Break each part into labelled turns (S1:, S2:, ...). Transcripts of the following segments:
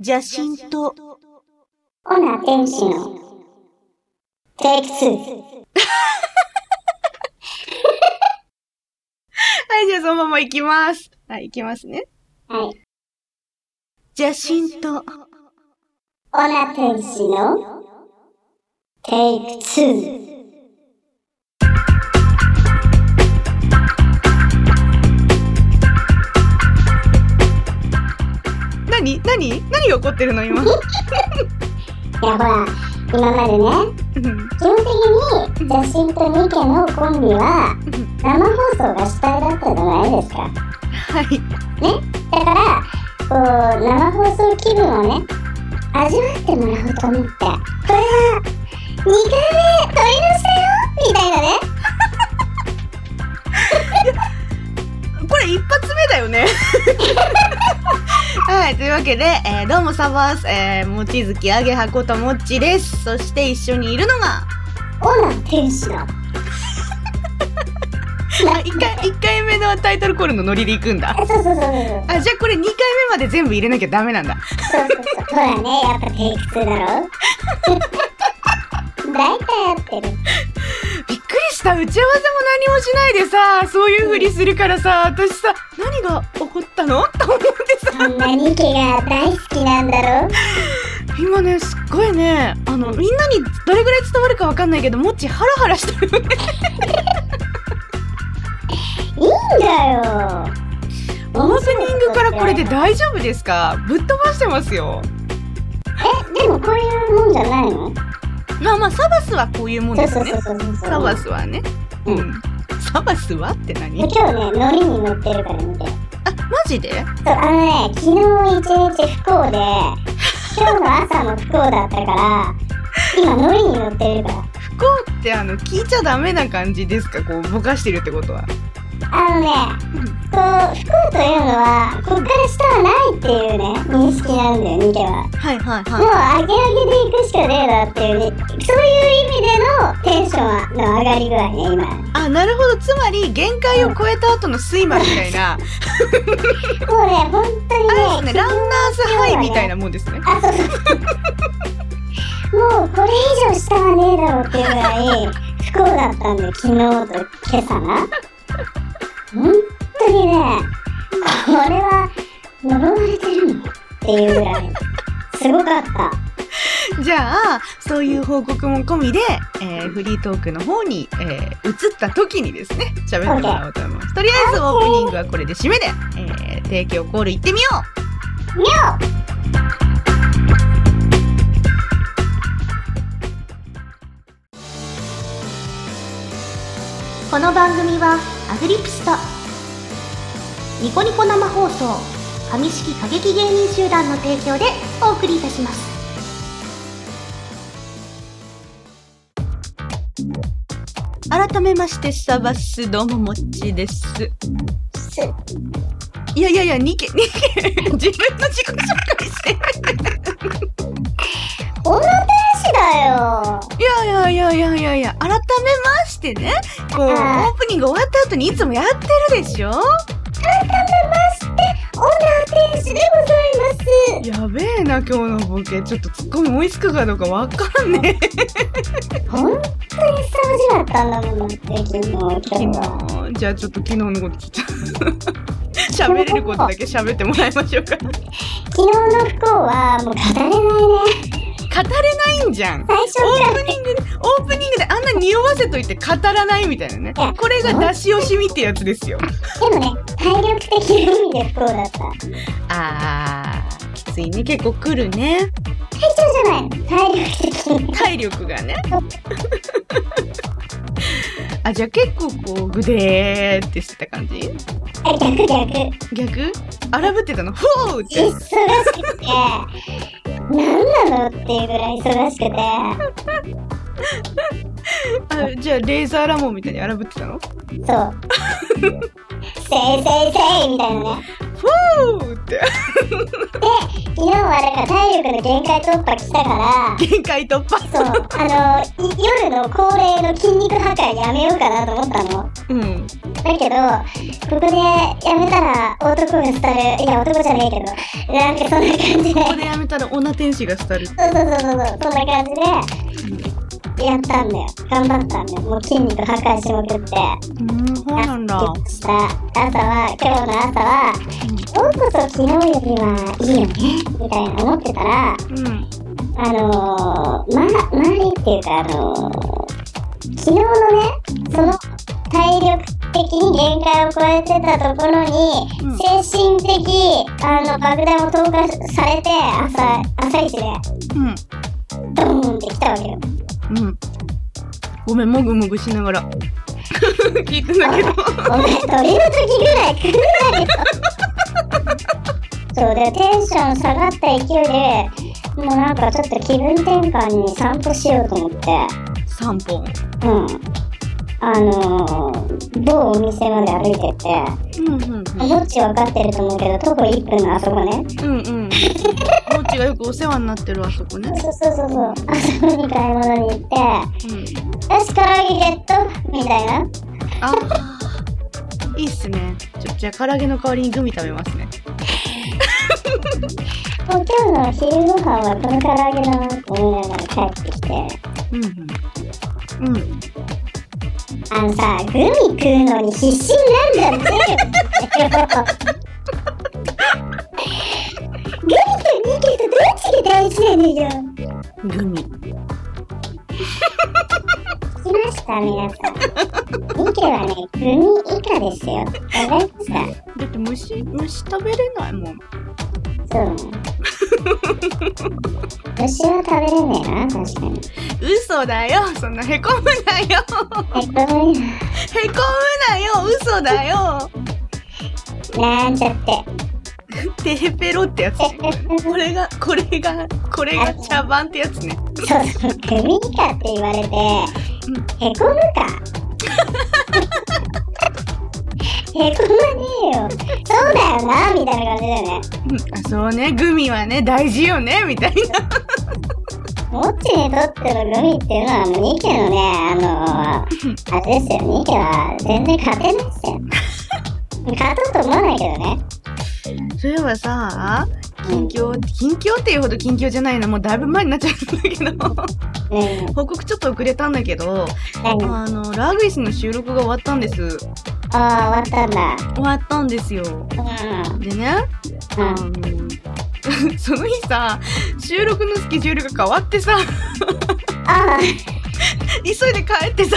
S1: 邪神と、
S2: オナ天使のテイク2。
S3: はい、じゃあそのまま行きます。はい、行きますね。
S2: はい。
S1: 邪神と、
S2: オナ天使のテイク2。
S3: 何何何が起こってるの今。
S2: いやほら、今までね、
S3: うん
S2: 基本的に邪神とニケのコンビは
S3: うん
S2: 生放送が主体だったじゃないですか。
S3: はい。
S2: だから、こう、生放送気分をね、味わってもらおうと思って、これは、2回目、撮りましたよみたいなね。
S3: これ一発目だよね。 はい、というわけで、えーどうもサバース、えー、もちづきあげはこともっちです。そして一緒にいるのが、
S2: オナ天 使だ。
S3: あ、一回、一回目のタイトルコールのノリで行くんだ。
S2: そうそうそうそうそう。
S3: あ、じゃあこれ二回目まで全部入れなきゃダメなんだ。
S2: そうそうそう。ほらね、やっぱテイク2だ ろ大体合ってる。
S3: びっくりした打ち合わせも何もしないでさそういうふりするからさ私さ何が起こったの と思ってさ
S2: そんなニケが大好きなんだろ
S3: 今ねすっごいねあのみんなにどれぐらい伝わるかわかんないけどもっちハラハラして る
S2: いいんだよ。
S3: オープニングからこれで大丈夫ですかぶっ飛ばしてますよ
S2: え、でもこういうもんじゃないの
S3: まあまあサバスはこういうもん
S2: そう
S3: です
S2: そ
S3: ね
S2: うそうそうそう。
S3: サバスはね
S2: う
S3: うんんサバスはって何
S2: 今
S3: あ
S2: 日ね、ノリに乗ってるから見て。
S3: マジで
S2: そう、あのね、昨日一日不幸で、今日の朝も不幸だったから、今ノリに乗ってるから。
S3: 不幸ってあの聞いちゃダメな感じですかこうぼかしてるってことは
S2: あのね、こう、不幸というのは、こっから下はないっていうね、認識なんだよ、ニケは。
S3: はいはいはい
S2: もう、上げ上げでいくしかねえなっていうね、そういう意味でのテンションの上がり具合ね、今。
S3: あなるほどつまり限界を超えた後の睡魔みたいな
S2: もうね、本当に
S3: あれ
S2: ね
S3: です、ねランナーズハイみたいなもんですね
S2: あ、そうそうそう。もうこれ以上下はねえだろうっていうぐらい不幸だったんで、昨日と今朝な。本当にね、これは呪われてるのっていうぐらい、すごかった。
S3: じゃあそういう報告も込みで、えーフリートークの方に、えー移った時にですね喋ってもらおうと思いますとりあえずオープニングはこれで締めで、えー、提供コール行ってみよ
S2: にゃ
S1: この番組はアグリプスとニコニコ生放送上式過激芸人集団の提供でお送りいたします
S3: う改めましてサバスどうももっちです
S2: す
S3: いやいやいや2件2件自分の自己紹介して
S2: 女天使だよ
S3: いやいやいやいやいやいや、改めましてね、こう、オ
S2: あー
S3: ープニング終わった後にいつもやってるでしょ
S2: 女天使でございます
S3: やべえな、今日のボケ。ちょっとツッコミ追いつくかどうかわかんねえ。
S2: 本当に掃除だったんだもんだって、昨日、今日は。
S3: 昨日じゃあちょっと昨日のことちょっと 喋れることだけ喋ってもらいましょうか。語
S2: 昨日の不幸はもう語れないね。
S3: れないんじゃん。
S2: 最初か
S3: オー
S2: ら
S3: プニング、オープニングであんな匂わせといて語らないみたいなね。これが出し惜しみってやつですよ。
S2: でもね、体力的な意味で不幸だった。体調
S3: あー、きついね。結構来るね。
S2: じゃない。体力的に。
S3: 体力がね。 あ、じゃあ結構こう、ぐでーってしてた感じ
S2: あ、逆逆。忙
S3: 逆荒ぶってたのふおーっ。
S2: してくて、何なのっていうぐらい忙しくて。
S3: あじゃあレーザーラモンみたいに荒ぶってたの
S2: そう。せいせいせいみたいなね。
S3: ふおーって。
S2: 昨日はだから体力の限界突破来たから、
S3: 限界突破。
S2: そう、あの、い夜の恒例の筋肉破壊やめようかなと思ったの。
S3: うん。
S2: だけど、ここでやめたら男が伝る。いや、男じゃねえけど。なんかそんな感じで。
S3: これやめたら女天使がしたる。
S2: そうそうそうそうそう、そんな感じで、やったんだよ。頑張ったんだよ。もう筋肉破壊しまくって。
S3: うん、そうなんだ。
S2: した朝は、今日の朝は、今日こそ昨日よりはいいよね、みたいな思ってたら、
S3: うん。
S2: あのー、ま、周りっていうか、あのー、昨日のね、その体力的に限界を超えてたところに、
S3: うん
S2: 精神的、あの、爆弾を投下されて、朝、朝一で、
S3: うん。
S2: ドーンって来たわけよ。
S3: うん。ごめん、もぐもぐしながら。 聞いてたけど。
S2: お前、鳥の時ぐらい来るなよ。そうで、テンション下がった勢いで、もうなんかちょっと気分転換に散歩しようと思って、
S3: 3本。
S2: うん。あのー、某お店まで歩いてって、
S3: うんうん
S2: どっち分かってると思うけど、徒歩1分のあそこね。
S3: うん。うんうん。もちがよくお世話になってるあそこね。
S2: そうそうそうそう。あそこに買い物に行って、
S3: うん。
S2: よし、唐揚げゲットみたいな。
S3: あーいいっすね。ちょじゃあ唐揚げの代わりにグミ食べますね。
S2: もう今日の昼ご飯はこの唐揚げだなって思いながら帰ってきて。
S3: うんうん。うん。
S2: あのさ、グミ食うのに必死になんだ って。グミとミケとどっちが大事なのよ。
S3: グミ。
S2: 聞きました皆さん。ミケはね、グミ以下ですよ。わかりました。
S3: だって虫、虫食べれないもん。
S2: そう ね。虫は食べれねえな、確かに。
S3: 嘘だよそんなへこむなよ
S2: え、こうい
S3: へこむなよ嘘だよ
S2: うのなんちゃって。
S3: テヘペロってやつねこれが、これが、これが茶番ってやつね。
S2: そうそう、グミ以下って言われて、へこむか。へこまねえよ。そうだよな、みたいな感じだよね。
S3: うんあそうね、グミはね、大事よね、みたいな。
S2: モッチにとってのグミっていうのは、あのニケのね、あの、あれですよ、ニケは全然勝てないですよ。勝とうと思わないけどね。
S3: そういえばさ、近況、近況っていうほど近況じゃないな、もうだいぶ前になっちゃったんだけ
S2: うん
S3: ど、報告ちょっと遅れたんだけど、
S2: 何
S3: あの、ラーグイスの収録が終わったんです。
S2: ああ、終わったんだ。
S3: 終わったんですよ。
S2: うん。
S3: でね、あの、その 日さ、収録のスケジュールが変わってさ、
S2: ああ、
S3: 急いで帰ってさ、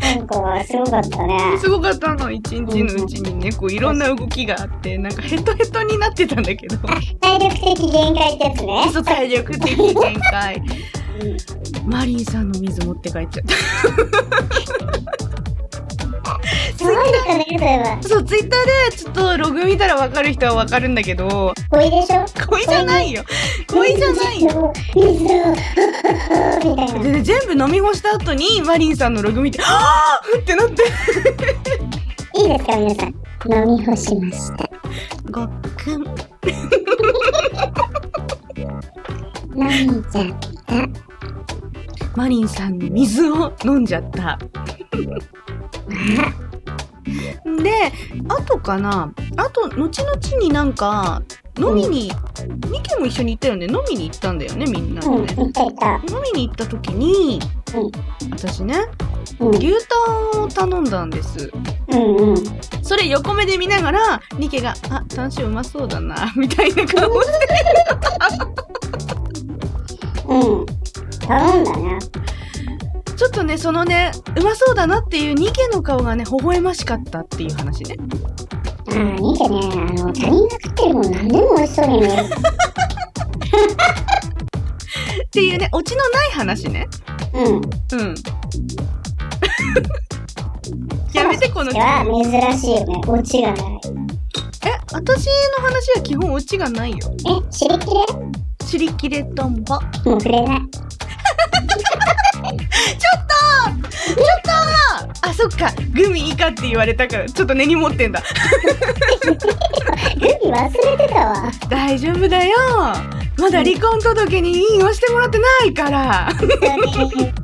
S2: なんか、すごかったね。
S3: すごかったの、一日のうちにね、こういろんな動きがあって、なんかヘトヘトになってたんだ けど、
S2: 体力的限界ってやつね。
S3: そう体力的限界。
S2: うん
S3: マリンさんの水持って帰っちゃっ
S2: すごいですね、それは。
S3: た。 そう、ツイッターでちょっとログ見たらわかる人はわかるんだけど、
S2: 恋でしょ
S3: 恋じゃないよ。恋じゃないよ。
S2: よ。水を、 みたいな。
S3: で全部飲み干した後にマリンさんのログ見て、あーってなって、
S2: いいですか、皆さん。飲み干しました。
S3: ごっくん。
S2: 飲んじゃった。
S3: マリンさんの水を飲んじゃった。 で、後かな、あと、後々になんか、飲みに、ミケも一緒に行ったよね、飲みに行ったんだよね、みんなで
S2: うん、
S3: ね。
S2: いったいった。
S3: 飲みに行った時に、
S2: う
S3: 私ね、
S2: うん、
S3: 牛タンを頼んだんです。
S2: うん、うん。
S3: それ横目で見ながら、ニケが、あ、タン塩うまそうだな、 みたいな顔をして、
S2: うん。頼んだな。
S3: ちょっとね、そのね、うまそうだなっていうニケの顔がね、微笑ましかったっていう話ね。
S2: ああ、見てね、あの、他人が食ってるもん何でも美味しそうに見える。
S3: っていうね、オチのない話ね。
S2: うん。
S3: うん。やめて、この。
S2: で
S3: え、
S2: は、珍しいよね。オチがない。
S3: 私の話は基本オチがないよ。
S2: え、知りきれ
S3: シリキレトンボ。ちょっ
S2: もう触れない。
S3: とちょっとあ、そっか。グミ以下って言われたから、ちょっと根に持ってんだ。
S2: グミ忘れてたわ。
S3: 大丈夫だよ。まだ離婚届にいいをしてもらってないから。
S2: 残念。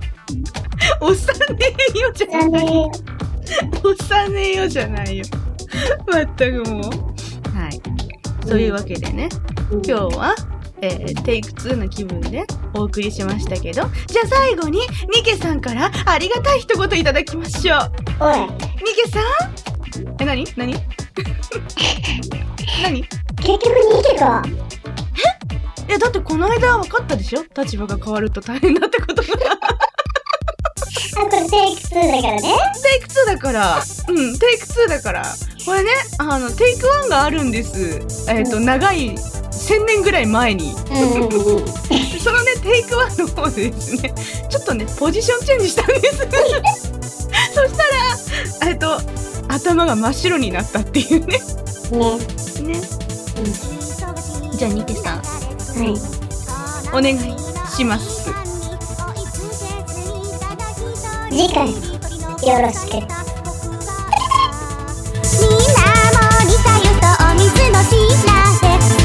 S3: おっさんでいいよ、じゃん。
S2: 残
S3: 押
S2: 念。
S3: さねえよじゃないよ。まったくもう。はい。というわけでね、
S2: うん
S3: 今日は、えーテイク2の気分でお送りしましたけど、じゃあ最後に、ニケさんからありがたい一言いただきましょう。
S2: おい、
S3: ニケさんえ、なになに 何い
S2: 結局にけか。
S3: や、だってこの間分かったでしょ立場が変わると大変だってことが。
S2: あ、これテイク2だから
S3: テ
S2: ね。
S3: イク2だから、うん、テイク2だから、これね、あの、テイク1があるんです。えっ、と、
S2: うん
S3: 長い、1000年ぐらい前に。
S2: うんうんうん。
S3: そのね、テイク1の方でですね、ちょっとね、ポジションチェンジしたんです。 そしたら、えっ、と、頭が真っ白になったっていうね。ね。
S2: ね。
S1: じゃあニケさん
S2: はい。
S3: お願いします
S2: 次回もよろしく
S1: みんなも似た湯とお水の知らせ